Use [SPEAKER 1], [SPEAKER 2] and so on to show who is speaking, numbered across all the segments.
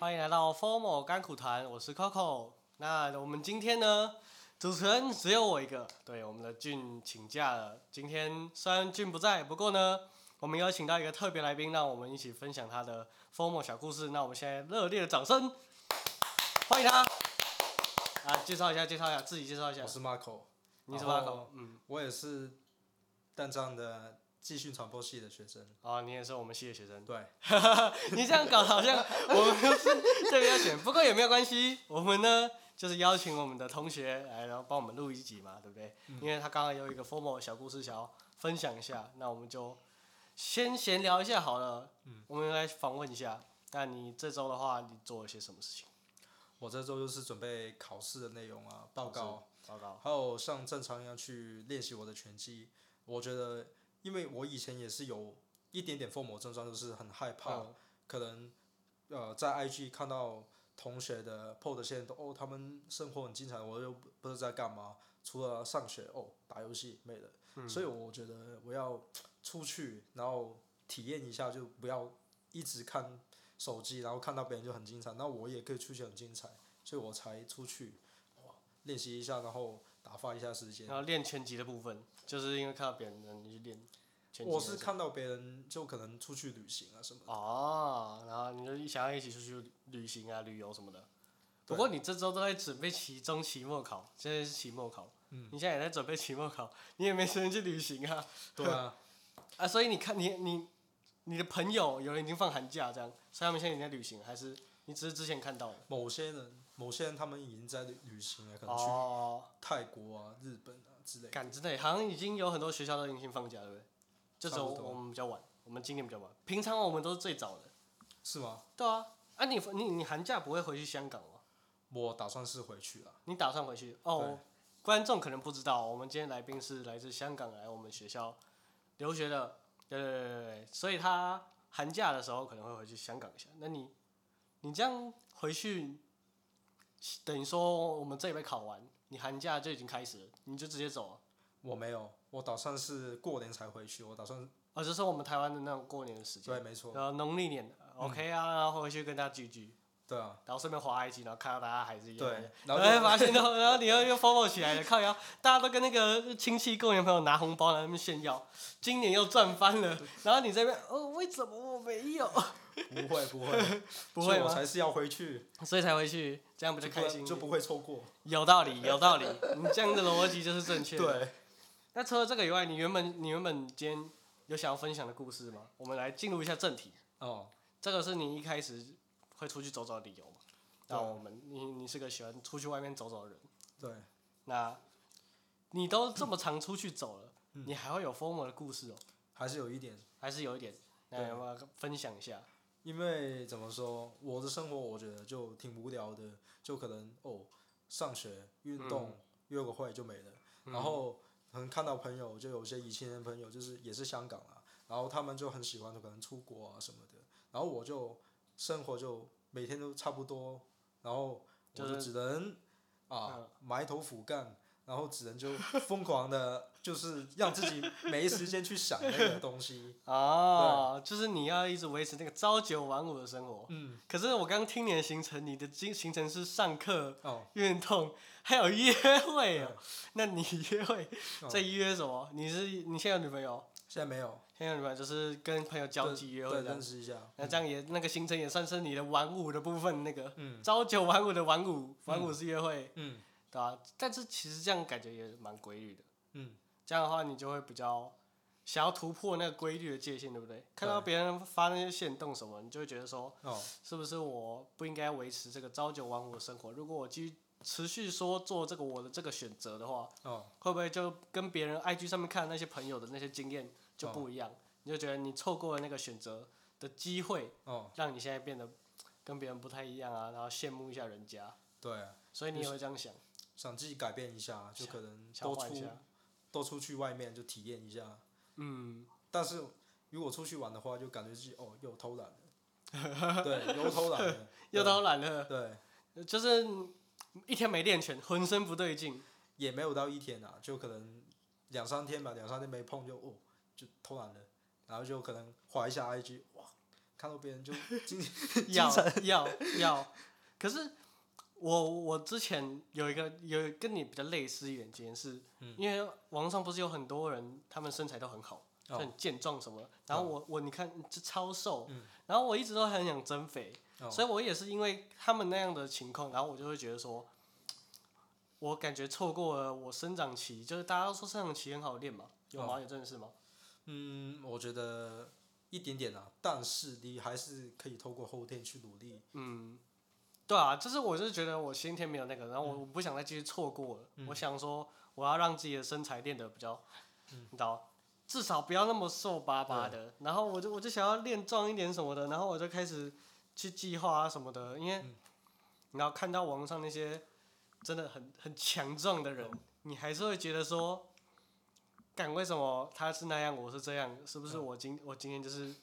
[SPEAKER 1] 来到 Formal 甘苦谈，我是 Coco。那我们今天呢，主持人只有我一个，对，我们的俊请假了。今天虽然俊不在，不过呢，我们邀请到一个特别来宾，让我们一起分享他的 Formal 小故事。那我们现在热烈的掌声，欢迎他。啊，介绍一下，介绍一下，自己介绍一下
[SPEAKER 2] 我。是 Marco，
[SPEAKER 1] 你是
[SPEAKER 2] 然后
[SPEAKER 1] Marco，嗯，
[SPEAKER 2] 我也是淡江的继续传播系的学生。
[SPEAKER 1] 哦，你也是我们系的学生。
[SPEAKER 2] 对，
[SPEAKER 1] 你这样搞得好像我们不是这个要选，不过也没有关系，我们呢就是邀请我们的同学来，然后帮我们录一集嘛，对不对？
[SPEAKER 2] 嗯
[SPEAKER 1] 因为他刚刚有一个 formal 小故事想要分享一下，那我们就先闲聊一下好了。
[SPEAKER 2] 嗯
[SPEAKER 1] 我们来访问一下，那你这周的话，你做了些什么事情？
[SPEAKER 2] 我这周就是准备考试的内容啊，报告，
[SPEAKER 1] 报告。
[SPEAKER 2] 还有像正常一样去练习我的拳击。我觉得，因为我以前也是有一点点父母症状，就是很害怕，
[SPEAKER 1] 嗯
[SPEAKER 2] 可能呃在 IG 看到同学的 PO 的线都哦，他们生活很精彩，我又不不知道在干嘛，除了上学哦，打游戏没了。所以我觉得我要出去，然后体验一下，就不要一直看手机，然后看到别人就很精彩，那我也可以出去很精彩，所以我才出去哇练习一下，然后打发一下时间。
[SPEAKER 1] 然后练拳击的部分，就是因为看到别人你去练拳击。
[SPEAKER 2] 我是看到别人就可能出去旅行啊什么的，
[SPEAKER 1] 哦，然后你就想要一起出去旅行啊、旅游什么的。不过你这周都在准备期中、期末考，现在是期末考，
[SPEAKER 2] 嗯
[SPEAKER 1] 你现在也在准备期末考，你也没时间去旅行啊
[SPEAKER 2] 对啊，
[SPEAKER 1] 啊！所以你看，你你你的朋友有人已经放寒假这样，所以他们现在已经在旅行，还是你只是之前看到的？
[SPEAKER 2] 某些人某些人他们已经在旅旅行了，可能去
[SPEAKER 1] 哦，
[SPEAKER 2] 泰国啊、日本啊之类的。
[SPEAKER 1] 感真的好像已经有很多学校都已经放假了，对不对？就只有
[SPEAKER 2] 差不多
[SPEAKER 1] 我们比较晚，我们今年比较晚，平常我们都是最早的。
[SPEAKER 2] 是吗？
[SPEAKER 1] 对啊，啊你你你寒假不会回去香港吗？
[SPEAKER 2] 我打算是回去了，
[SPEAKER 1] 你打算回去？哦，观众可能不知道，我们今天来宾是来自香港来我们学校留学的，对对对对对，所以他寒假的时候可能会回去香港一下。那你你这样回去，等于说我们这一辈考完，你寒假就已经开始了，你就直接走了。
[SPEAKER 2] 我没有，我打算是过年才回去，我打算
[SPEAKER 1] 哦，就是我们台湾的那种过年的时间，
[SPEAKER 2] 对，没错，
[SPEAKER 1] 然后农历年、OK 啊，然后回去跟大家聚聚，
[SPEAKER 2] 对啊。
[SPEAKER 1] 然后顺便滑 IG，然后看到大家还是一样的
[SPEAKER 2] 对，
[SPEAKER 1] 然
[SPEAKER 2] 然
[SPEAKER 1] 后
[SPEAKER 2] 后
[SPEAKER 1] 会
[SPEAKER 2] 就
[SPEAKER 1] 发现到，然后你又又 follow 起来了，靠腰，大家都跟那个亲戚、过年朋友拿红包来那边炫耀，今年又赚翻了，然后你这边哦，为什么我没有？
[SPEAKER 2] 不 会不会
[SPEAKER 1] 不会
[SPEAKER 2] 所以我
[SPEAKER 1] 吗
[SPEAKER 2] 才是要回去，
[SPEAKER 1] 所以才回去，这样比较
[SPEAKER 2] 就
[SPEAKER 1] 开
[SPEAKER 2] 不
[SPEAKER 1] 心。
[SPEAKER 2] 就不会错过。
[SPEAKER 1] 有道理，有 道理，你这样的逻辑就是正确的。
[SPEAKER 2] 对，
[SPEAKER 1] 那除了这个以外，你原本你原本今天有想要分享的故事吗？我们来进入一下正题，
[SPEAKER 2] 哦，
[SPEAKER 1] 这个是你一开始会出去走走的理由嘛？
[SPEAKER 2] 对
[SPEAKER 1] 那我们你你是个喜欢出去外面走走的人。
[SPEAKER 2] 对，
[SPEAKER 1] 那你都这么常出去走了，你还会有疯魔的故事哦，
[SPEAKER 2] 还是有一点，
[SPEAKER 1] 还是有一点，那
[SPEAKER 2] 对
[SPEAKER 1] 要不要分享一下？
[SPEAKER 2] 因为怎么说，我的生活我觉得就挺无聊的，就可能哦，上学、运动、约个会就没了，然后可能看到朋友，就有些以前的朋友就是也是香港啊，然后他们就很喜欢可能出国啊什么的，然后我就生活就每天都差不多，然后我就只能啊埋头苦干，然后只能就疯狂的，就是让自己没时间去想那个 东西。
[SPEAKER 1] 哦，就是你要一直维持那个朝九晚五的生活。
[SPEAKER 2] 嗯，
[SPEAKER 1] 可是我刚听你的行程，你的行行程是上课、
[SPEAKER 2] 哦，
[SPEAKER 1] 运动， 还有约会哦。
[SPEAKER 2] 嗯
[SPEAKER 1] 那你约会
[SPEAKER 2] 哦
[SPEAKER 1] 在约什么？你是你现在有女朋友？
[SPEAKER 2] 现在没有
[SPEAKER 1] 现在有女朋友就是跟朋友交
[SPEAKER 2] 对
[SPEAKER 1] 际约会
[SPEAKER 2] 对
[SPEAKER 1] 这样
[SPEAKER 2] 认。识 一下。
[SPEAKER 1] 那这样也那个行程也算是你的晚五的部分，那个
[SPEAKER 2] 嗯
[SPEAKER 1] 朝九晚五的晚五，晚五是约会，
[SPEAKER 2] 嗯
[SPEAKER 1] 对啊，但是其实这样感觉也蛮规律的。
[SPEAKER 2] 嗯，
[SPEAKER 1] 这样的话，你就会比较想要突破那个规律的界限，对不对？看到别人发那些线动什么，你就会觉得说，
[SPEAKER 2] 哦，
[SPEAKER 1] 是不是我不应该维持这个朝九晚五的生活？如果我继续持续说做这个我的这个选择的话，
[SPEAKER 2] 哦，
[SPEAKER 1] 会不会就跟别人 IG 上面看的那些朋友的那些经验就不一样？你就觉得你错过了那个选择的机会，
[SPEAKER 2] 哦，
[SPEAKER 1] 让你现在变得跟别人不太一样啊，然后羡慕一下人家，
[SPEAKER 2] 对啊，
[SPEAKER 1] 所以你也会这样想，
[SPEAKER 2] 想自己改变一下，就可能
[SPEAKER 1] 想
[SPEAKER 2] 多
[SPEAKER 1] 换一
[SPEAKER 2] 出
[SPEAKER 1] 下。
[SPEAKER 2] 多出去外面就体验一下。
[SPEAKER 1] 嗯，
[SPEAKER 2] 但是如果出去玩的话，就感觉自己哦又偷懒了，对，又偷 懒了，
[SPEAKER 1] 又偷懒了，
[SPEAKER 2] 对，
[SPEAKER 1] 就是一天没练拳，浑身不对劲。
[SPEAKER 2] 也没有到一天啊，就可能两三天吧，两三天没碰就哦就偷懒了，然后就可能划一下 IG，哇，看到别 人就
[SPEAKER 1] 要 要要，可是我我之前有一个有跟你比较类似一点经验，是、因为网络上不是有很多人，他们身材都很好，就很健壮什么的。然后我、我你看这超瘦，然后我一直都很想增肥，所以我也是因为他们那样的情况，然后我就会觉得说，我感觉错过了我生长期，就是大家都说生长期很好练嘛，有吗？有这件事吗？
[SPEAKER 2] 嗯，我觉得一点点啊，但是你还是可以透过后天去努力。
[SPEAKER 1] 嗯，对啊，就是我就是觉得我先天没有那个，然后我我不想再继续错过了。我想说，我要让自己的身材练得比较，你知道，至少不要那么瘦巴巴的。然后我就我就想要练壮一点什么的，然后我就开始去计划啊什么的，因为你要看到网上那些真的很很强壮的人，你还是会觉得说。干为什么他是那样，我是这样？是不是我今、我今天就是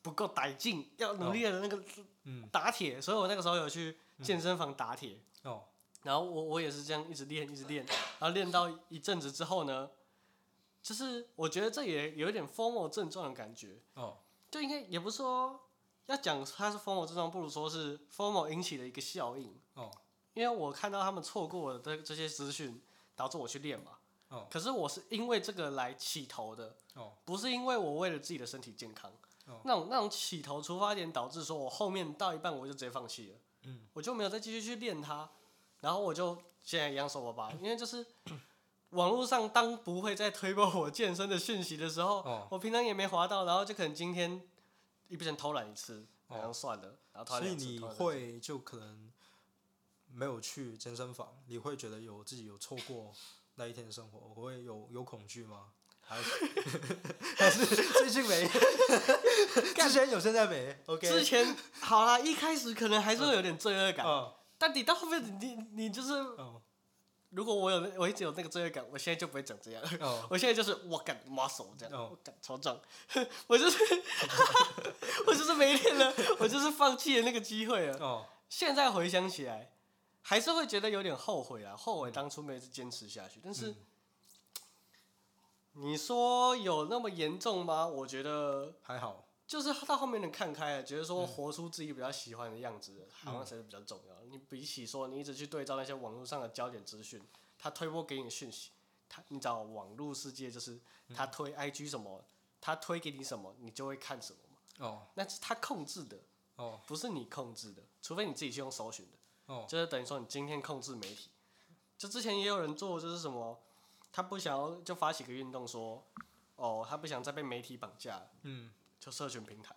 [SPEAKER 1] 不够歹劲，要努力的那个
[SPEAKER 2] 嗯，
[SPEAKER 1] 打铁，所以我那个时候有去健身房打铁，
[SPEAKER 2] 哦，
[SPEAKER 1] 然后我我也是这样一直练一直练，然后练到一阵子之后呢，就是我觉得这也有一点 formal 症状的感觉，
[SPEAKER 2] 哦，
[SPEAKER 1] 就应该也不是说要讲它是 formal 症状，不如说是 formal 引起的一个效应，
[SPEAKER 2] 哦，
[SPEAKER 1] 因为我看到他们错过的这这些资讯，导致我去练嘛，
[SPEAKER 2] 哦，
[SPEAKER 1] 可是我是因为这个来起头的，
[SPEAKER 2] 哦，
[SPEAKER 1] 不是因为我为了自己的身体健康，
[SPEAKER 2] 哦
[SPEAKER 1] 那种那种起头出发点导致说我后面到一半我就直接放弃了，
[SPEAKER 2] 嗯，
[SPEAKER 1] 我就没有再继续去练它，然后我就现在一样瘦巴巴，因为就是 网络上当不会再推播我健身的讯息的时候，
[SPEAKER 2] 哦
[SPEAKER 1] 我平常也没滑到，然后就可能今天一不小心偷懒一次，
[SPEAKER 2] 哦
[SPEAKER 1] 然后算了，然后偷
[SPEAKER 2] 所
[SPEAKER 1] 懒
[SPEAKER 2] 以
[SPEAKER 1] 两次
[SPEAKER 2] 你
[SPEAKER 1] 偷懒
[SPEAKER 2] 会就可能没有去健身房，你会觉得有自己有错过那一天的生活，我会有有恐惧吗？还是还是最近没？ 之前有，现在没。
[SPEAKER 1] 之
[SPEAKER 2] OK，
[SPEAKER 1] 前好啦，一开始可能还是会有点罪恶感，
[SPEAKER 2] 嗯
[SPEAKER 1] 但你到后面你你你就是
[SPEAKER 2] 嗯
[SPEAKER 1] 如果我有那我一直有那个罪恶感，我现在就不会讲 这样。
[SPEAKER 2] 哦
[SPEAKER 1] 我现在就是我敢 muscle 这样，
[SPEAKER 2] 哦
[SPEAKER 1] 我敢超壮， 我就是我就是没练了，我就是放弃了那个机会了。
[SPEAKER 2] 哦
[SPEAKER 1] 现在回想起来，还是会觉得有点后悔啦，后悔当初没有坚持下去。但是、
[SPEAKER 2] 嗯
[SPEAKER 1] 你说有那么严重吗？我觉得
[SPEAKER 2] 还好。
[SPEAKER 1] 就是到后面能看开了，觉得说活出自己比较喜欢的样子，好像才是比较重要的。你比起说你一直去对照那些网络上的焦点资讯，他推播给你的讯息，他你找网络世界就是他推 IG 什么，他推给你什么，你就会看什么嘛。
[SPEAKER 2] 哦
[SPEAKER 1] 那是他控制的，
[SPEAKER 2] 哦
[SPEAKER 1] 不是你控制的，除非你自己去用搜寻的，
[SPEAKER 2] 哦
[SPEAKER 1] 就是等于说你今天控制媒体。就之前也有人做，就是什么，他不想要就发起个运动说，哦，他不想再被媒体绑架了。
[SPEAKER 2] 嗯
[SPEAKER 1] 就社群平台。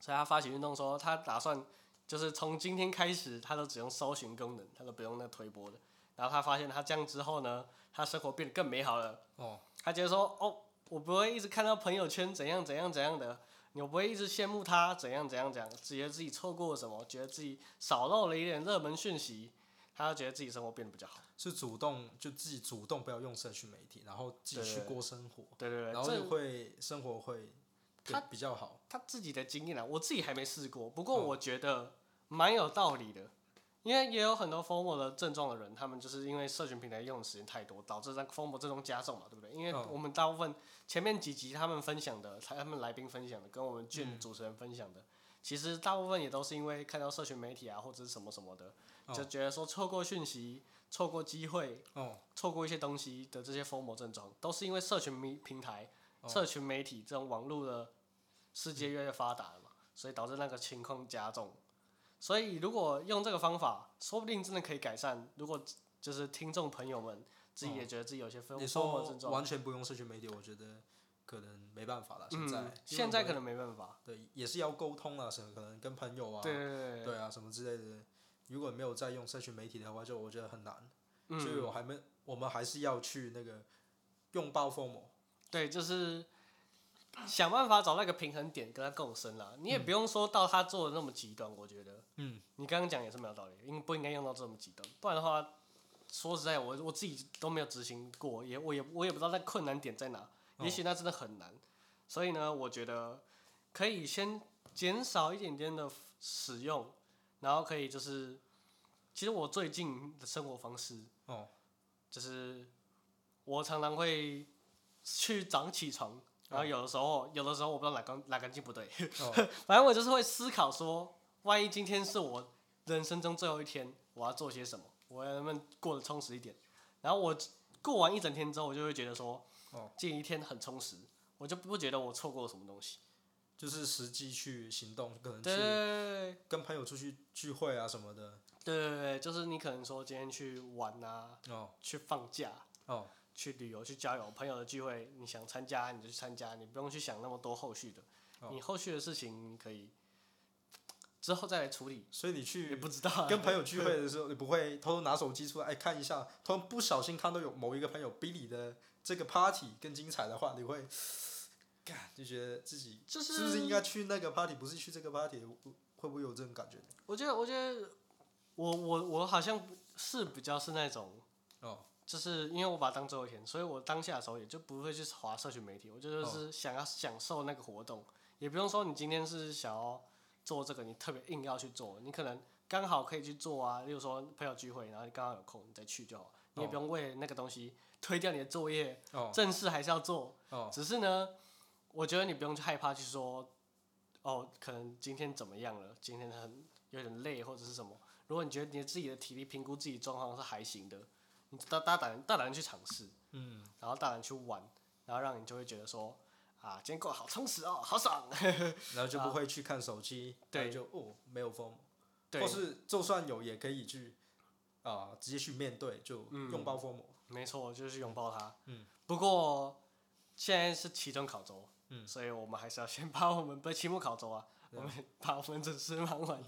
[SPEAKER 1] 所以他发起运动说，他打算就是从今天开始，他都只用搜寻功能，他都不用那推播的。然后他发现他这样之后呢，他生活变得更美好了。
[SPEAKER 2] 哦
[SPEAKER 1] 他觉得说，哦，我不会一直看到朋友圈怎样怎样怎样的，我不会一直羡慕他怎样怎样怎样，觉得自己错过了什么，觉得自己少漏了一点热门讯息，他就觉得自己生活变得比较好。
[SPEAKER 2] 是主动就自己主动不要用社群媒体，然后自己去
[SPEAKER 1] 对
[SPEAKER 2] 过生活，
[SPEAKER 1] 对对对，
[SPEAKER 2] 然后
[SPEAKER 1] 这
[SPEAKER 2] 就会生活会
[SPEAKER 1] 他
[SPEAKER 2] 比较好。
[SPEAKER 1] 他自己的经验啊，我自己还没试过，不过
[SPEAKER 2] 嗯
[SPEAKER 1] 我觉得蛮有道理的，因为也有很多 FOMO 的症状的人，他们就是因为社群平台用的时间太多，导致让 FOMO 症状加重嘛，对不对？因为
[SPEAKER 2] 嗯
[SPEAKER 1] 我们大部分前面几集他们分享的，他们来宾分享的，跟我们
[SPEAKER 2] 嗯
[SPEAKER 1] 卷主持人分享的，其实大部分也都是因为看到社群媒体啊或者是什么什么的，
[SPEAKER 2] 哦
[SPEAKER 1] 就觉得说错过讯息、错过机会、
[SPEAKER 2] 哦
[SPEAKER 1] 错过一些东西的这些 FOMO 症状，都是因为社群媒平台、
[SPEAKER 2] 哦
[SPEAKER 1] 社群媒体这种网络的世界越来越发达了嘛，所以导致那个情况加重。所以如果用这个方法，说不定真的可以改善。如果就是听众朋友们自己也觉得自己有些 FOMO
[SPEAKER 2] 哦你
[SPEAKER 1] ，FOMO
[SPEAKER 2] 说
[SPEAKER 1] 症状，
[SPEAKER 2] 完全不用社群媒体，我觉得可能没办法了。现在、
[SPEAKER 1] 嗯，现在可
[SPEAKER 2] 能
[SPEAKER 1] 能没办法。
[SPEAKER 2] 对也是要沟通啊，什么可能跟朋友啊，
[SPEAKER 1] 对对
[SPEAKER 2] 对啊什么之类的。如果没有在用社群媒体的话，就我觉得很难。
[SPEAKER 1] 嗯，
[SPEAKER 2] 所以我还没，我们还是要去那个用暴风魔。
[SPEAKER 1] 对，就是想办法找那个平衡点跟他共生啦。你也不用说到他做的那么极端，我觉得，
[SPEAKER 2] 嗯，
[SPEAKER 1] 你刚刚讲也是没有道理，应不应该用到这么极端？不然的话，说实在，我我自己都没有执行过，也我也我也不知道那困难点在哪，
[SPEAKER 2] 哦
[SPEAKER 1] 也许那真的很难。所以呢，我觉得可以先减少一点点的使用，然后可以就是，其实我最近的生活方式
[SPEAKER 2] 哦
[SPEAKER 1] 就是我常常会去早上起床，然后有的时候，有的时候我不知道哪根哪根筋不对，
[SPEAKER 2] 哦，
[SPEAKER 1] 反正我就是会思考说，万一今天是我人生中最后一天，我要做些什么，我要能不能过得充实一点。然后我过完一整天之后，我就会觉得说，
[SPEAKER 2] 哦，
[SPEAKER 1] 这一天很充实，我就不觉得我错过了什么东西。
[SPEAKER 2] 就是实际去行动，可能
[SPEAKER 1] 对
[SPEAKER 2] 去
[SPEAKER 1] 对
[SPEAKER 2] 跟朋友出去聚会啊什么的。
[SPEAKER 1] 对对对，就是你可能说今天去玩啊，
[SPEAKER 2] 哦
[SPEAKER 1] 去放假，
[SPEAKER 2] 哦
[SPEAKER 1] 去旅游、去交友、朋友的聚会，你想参加你就去参加，你不用去想那么多后续的。
[SPEAKER 2] 哦
[SPEAKER 1] 你后续的事情你可以之后再来处理，
[SPEAKER 2] 所以你去
[SPEAKER 1] 也不知道 啊、
[SPEAKER 2] 跟朋友聚会的时候，你不会偷偷拿手机出来哎看一下，突然不小心看到有某一个朋友比你的这个 party 更精彩的话，你会， 干就觉得自己
[SPEAKER 1] 就是
[SPEAKER 2] 不是应该去那个 party，不是去这个 party，会不会有这种感觉？
[SPEAKER 1] 我觉得，我觉得我我我好像是比较是那种，
[SPEAKER 2] 哦，
[SPEAKER 1] 就是因为我把它当最后一天，所以我当下的时候也就不会去划社群媒体，我
[SPEAKER 2] 哦
[SPEAKER 1] 就是想要享受那个活动，也不用说你今天是想要做这个，你特别硬要去做，你可能刚好可以去做啊，例如说朋友聚会，然后你刚好有空，你再去就好，你也不用为那个东西推掉你的作业，
[SPEAKER 2] 哦
[SPEAKER 1] 正事还是要做，
[SPEAKER 2] 哦
[SPEAKER 1] 只是呢，我觉得你不用去害怕去说，哦，可能今天怎么样了，今天很有点累或者是什么。如果你觉得你自己的体力评估自己状况是还行的，你大大胆大胆去尝试，
[SPEAKER 2] 嗯，
[SPEAKER 1] 然后大胆去玩，然后让你就会觉得说，啊，今天过得好充实哦，好爽。
[SPEAKER 2] 然后就不会去看手机，
[SPEAKER 1] 对
[SPEAKER 2] 然后就哦没有风，
[SPEAKER 1] 对
[SPEAKER 2] 或是就算有也可以去啊、直接去面对，就
[SPEAKER 1] 嗯
[SPEAKER 2] 用包 form，
[SPEAKER 1] 没错，就是拥抱它。
[SPEAKER 2] 嗯，
[SPEAKER 1] 不过现在是期中考周，
[SPEAKER 2] 嗯
[SPEAKER 1] 所以我们还是要先把我们的期末考周啊，我们把我们正式忙 完，
[SPEAKER 2] 啊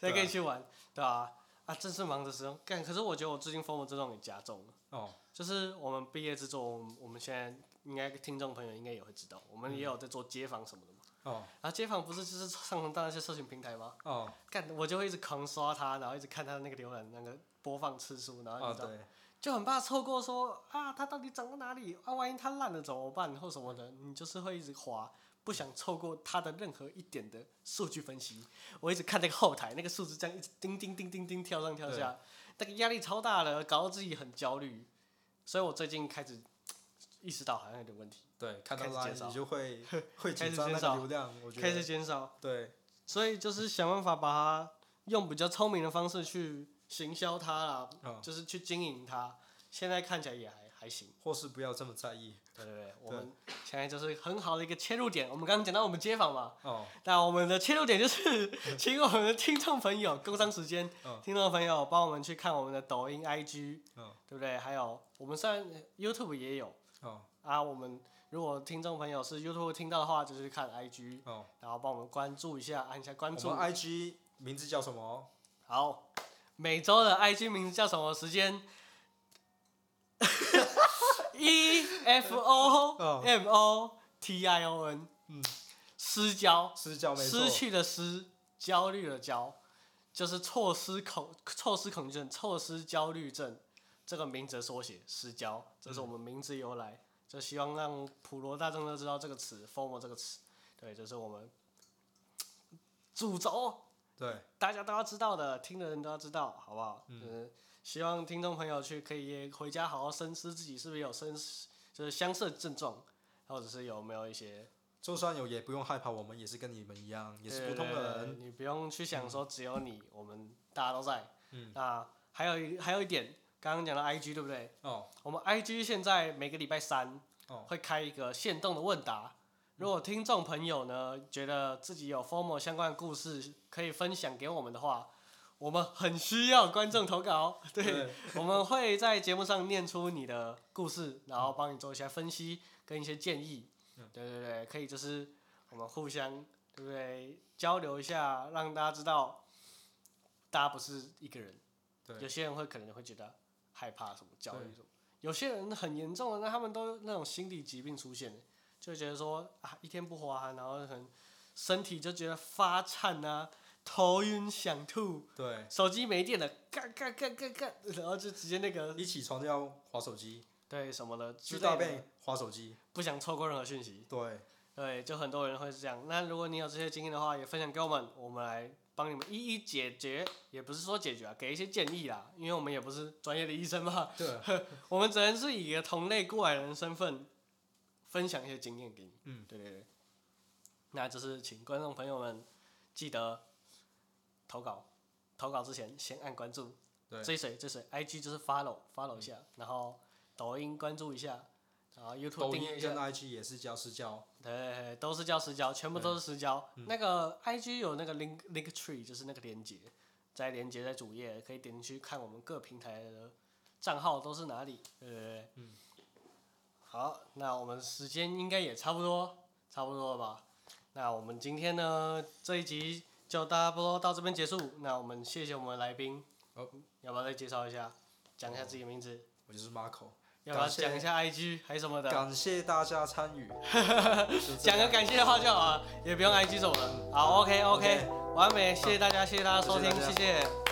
[SPEAKER 1] 才可以去玩，对吧、啊？正式忙的时候，干，可是我觉得我最近疯魔症状也加重了，
[SPEAKER 2] 哦
[SPEAKER 1] 就是我们毕业制作，我们我们现在应该听众朋友应该也会知道，我们也有在做街访什么的嘛。
[SPEAKER 2] 哦
[SPEAKER 1] 然后街访不是就是上传到那些社群平台吗？
[SPEAKER 2] 哦
[SPEAKER 1] 干，我就会一直狂刷它，然后一直看它的那个浏览那个播放次数，然后
[SPEAKER 2] 哦
[SPEAKER 1] 啊你知道。
[SPEAKER 2] 对，
[SPEAKER 1] 就很怕错过说啊，它到底长到哪里啊？万一它烂了怎么办或什么的，你就是会一直滑，不想错过它的任何一点的数据分析。我一直看那个后台那个数字这样一直叮叮叮叮叮跳上跳下，那个压力超大的，搞到自己很焦虑。所以我最近开始嗯意识到好像有点问题，
[SPEAKER 2] 对，看到
[SPEAKER 1] 开始减
[SPEAKER 2] line
[SPEAKER 1] 少
[SPEAKER 2] 你就会会
[SPEAKER 1] 开始
[SPEAKER 2] 紧张那
[SPEAKER 1] 减少
[SPEAKER 2] 个流量，我觉
[SPEAKER 1] 开始
[SPEAKER 2] 得
[SPEAKER 1] 减 少，
[SPEAKER 2] 对
[SPEAKER 1] 所以就是想办法把它用比较聪明的方式去行销它啦，
[SPEAKER 2] 啊、
[SPEAKER 1] 就是去经营它。现在看起来也还还行。
[SPEAKER 2] 或是不要这么在意
[SPEAKER 1] 对对对，我们现在就是很好的一个切入点。我们刚刚讲到我们街访嘛，
[SPEAKER 2] 哦
[SPEAKER 1] 那我们的切入点就是 请我们的听众朋友，工商时间，
[SPEAKER 2] 嗯
[SPEAKER 1] 听众朋友帮我们去看我们的抖音、IG，
[SPEAKER 2] 嗯
[SPEAKER 1] 对不对？还有我们虽然 YouTube 也有
[SPEAKER 2] 哦
[SPEAKER 1] 啊，我们如果听众朋友是 YouTube 听到的话，就是去看 IG，
[SPEAKER 2] 哦，
[SPEAKER 1] 然后帮我们关注一下，按一下
[SPEAKER 2] 我
[SPEAKER 1] 关
[SPEAKER 2] 们
[SPEAKER 1] 注。
[SPEAKER 2] IG 名字叫什么？
[SPEAKER 1] 好，每周的 IG 名字叫什么？时间 ？E F O
[SPEAKER 2] 嗯
[SPEAKER 1] M O T I O N，
[SPEAKER 2] 嗯，
[SPEAKER 1] 失焦，
[SPEAKER 2] 私教没错
[SPEAKER 1] 失，去的失，焦虑的焦，就是错失恐错失恐惧症、错失焦虑症这个名字的缩写，失焦，这是我们名字由来，就希望让普罗大众都知道这个词 “formal” 这个词，对，这、是我们主轴。
[SPEAKER 2] 对
[SPEAKER 1] 大家都要知道的，听的人都要知道，好不好？嗯，希望听众朋友去可以回家好好深思自己是不是有深思，就是相似的症状，或者是有没有一些
[SPEAKER 2] 就算有也不用害怕，我们也是跟你们一样，也是普通的人。
[SPEAKER 1] 对对对你不用去想说只有你，我们大家都在。嗯，那还有一还有一点，刚刚讲到 IG 对不对？
[SPEAKER 2] 哦
[SPEAKER 1] 我们 IG 现在每个礼拜三
[SPEAKER 2] 哦
[SPEAKER 1] 会开一个限动的问答。如果听众朋友呢觉得自己有 formal 相关的故事可以分享给我们的话，我们很需要观众投稿。哦对
[SPEAKER 2] 对，
[SPEAKER 1] 我们会在节目上念出你的故事，然后帮你做一些分析跟一些建议。
[SPEAKER 2] 嗯
[SPEAKER 1] 对对对，可以就是我们互相对不对交流一下，让大家知道大家不是一个人。
[SPEAKER 2] 对
[SPEAKER 1] 有些人会可能会觉得害怕什么焦虑
[SPEAKER 2] 对
[SPEAKER 1] 什么，有些人很严重的，那他们都那种心理疾病出现了，就会觉得说啊一天不滑，然后很身体就觉得发颤啊，头晕想吐，
[SPEAKER 2] 对，
[SPEAKER 1] 手机没电了，干干干干干，然后就直接那个
[SPEAKER 2] 一起床就要划手机，
[SPEAKER 1] 对什么的之
[SPEAKER 2] 去
[SPEAKER 1] 类
[SPEAKER 2] 大
[SPEAKER 1] 的，
[SPEAKER 2] 便划手机。
[SPEAKER 1] 不想错过任何讯息。
[SPEAKER 2] 对，
[SPEAKER 1] 对，就很多人会是这样。那如果你有这些经验的话，也分享给我们，我们来帮你们一一解决，也不是说解决啊，给一些建议啦，因为我们也不是专业的医生嘛，
[SPEAKER 2] 对，
[SPEAKER 1] 我们只能是以一个同类过来人的身份，分享一些经验给你。嗯，对对对。那就是请观众朋友们记得投稿，投稿之前先按关注，
[SPEAKER 2] 对嗯
[SPEAKER 1] 追随追随，IG 就是 follow follow 一下，然后抖音关注一下，然后 YouTube
[SPEAKER 2] 抖
[SPEAKER 1] 订阅
[SPEAKER 2] 音
[SPEAKER 1] 一下
[SPEAKER 2] 跟，IG 也是叫是叫，
[SPEAKER 1] 对对对，都是叫私交，全部都是私交。
[SPEAKER 2] 嗯
[SPEAKER 1] 那个 IG 有那个 link link tree，就是那个连接，在连接在主页可以点进去看我们各平台的账号都是哪里，对对对。嗯。好，那我们时间应该也差不多，差不多了吧？那我们今天呢这一集就大家不到这边结束。那我们谢谢我们来宾，
[SPEAKER 2] 哦
[SPEAKER 1] 要不要再介绍一下，讲一下自己的名字？
[SPEAKER 2] 我就是 Marco。
[SPEAKER 1] 要不要
[SPEAKER 2] 哦感谢
[SPEAKER 1] 讲一下 IG 还是什么的？
[SPEAKER 2] 感谢大家 参与，就这
[SPEAKER 1] 讲
[SPEAKER 2] 样
[SPEAKER 1] 个感谢的话就好了，也不用 IG 走了。好，OK OK，完美，谢谢大家，谢谢大家收听，
[SPEAKER 2] 谢谢大家
[SPEAKER 1] 谢谢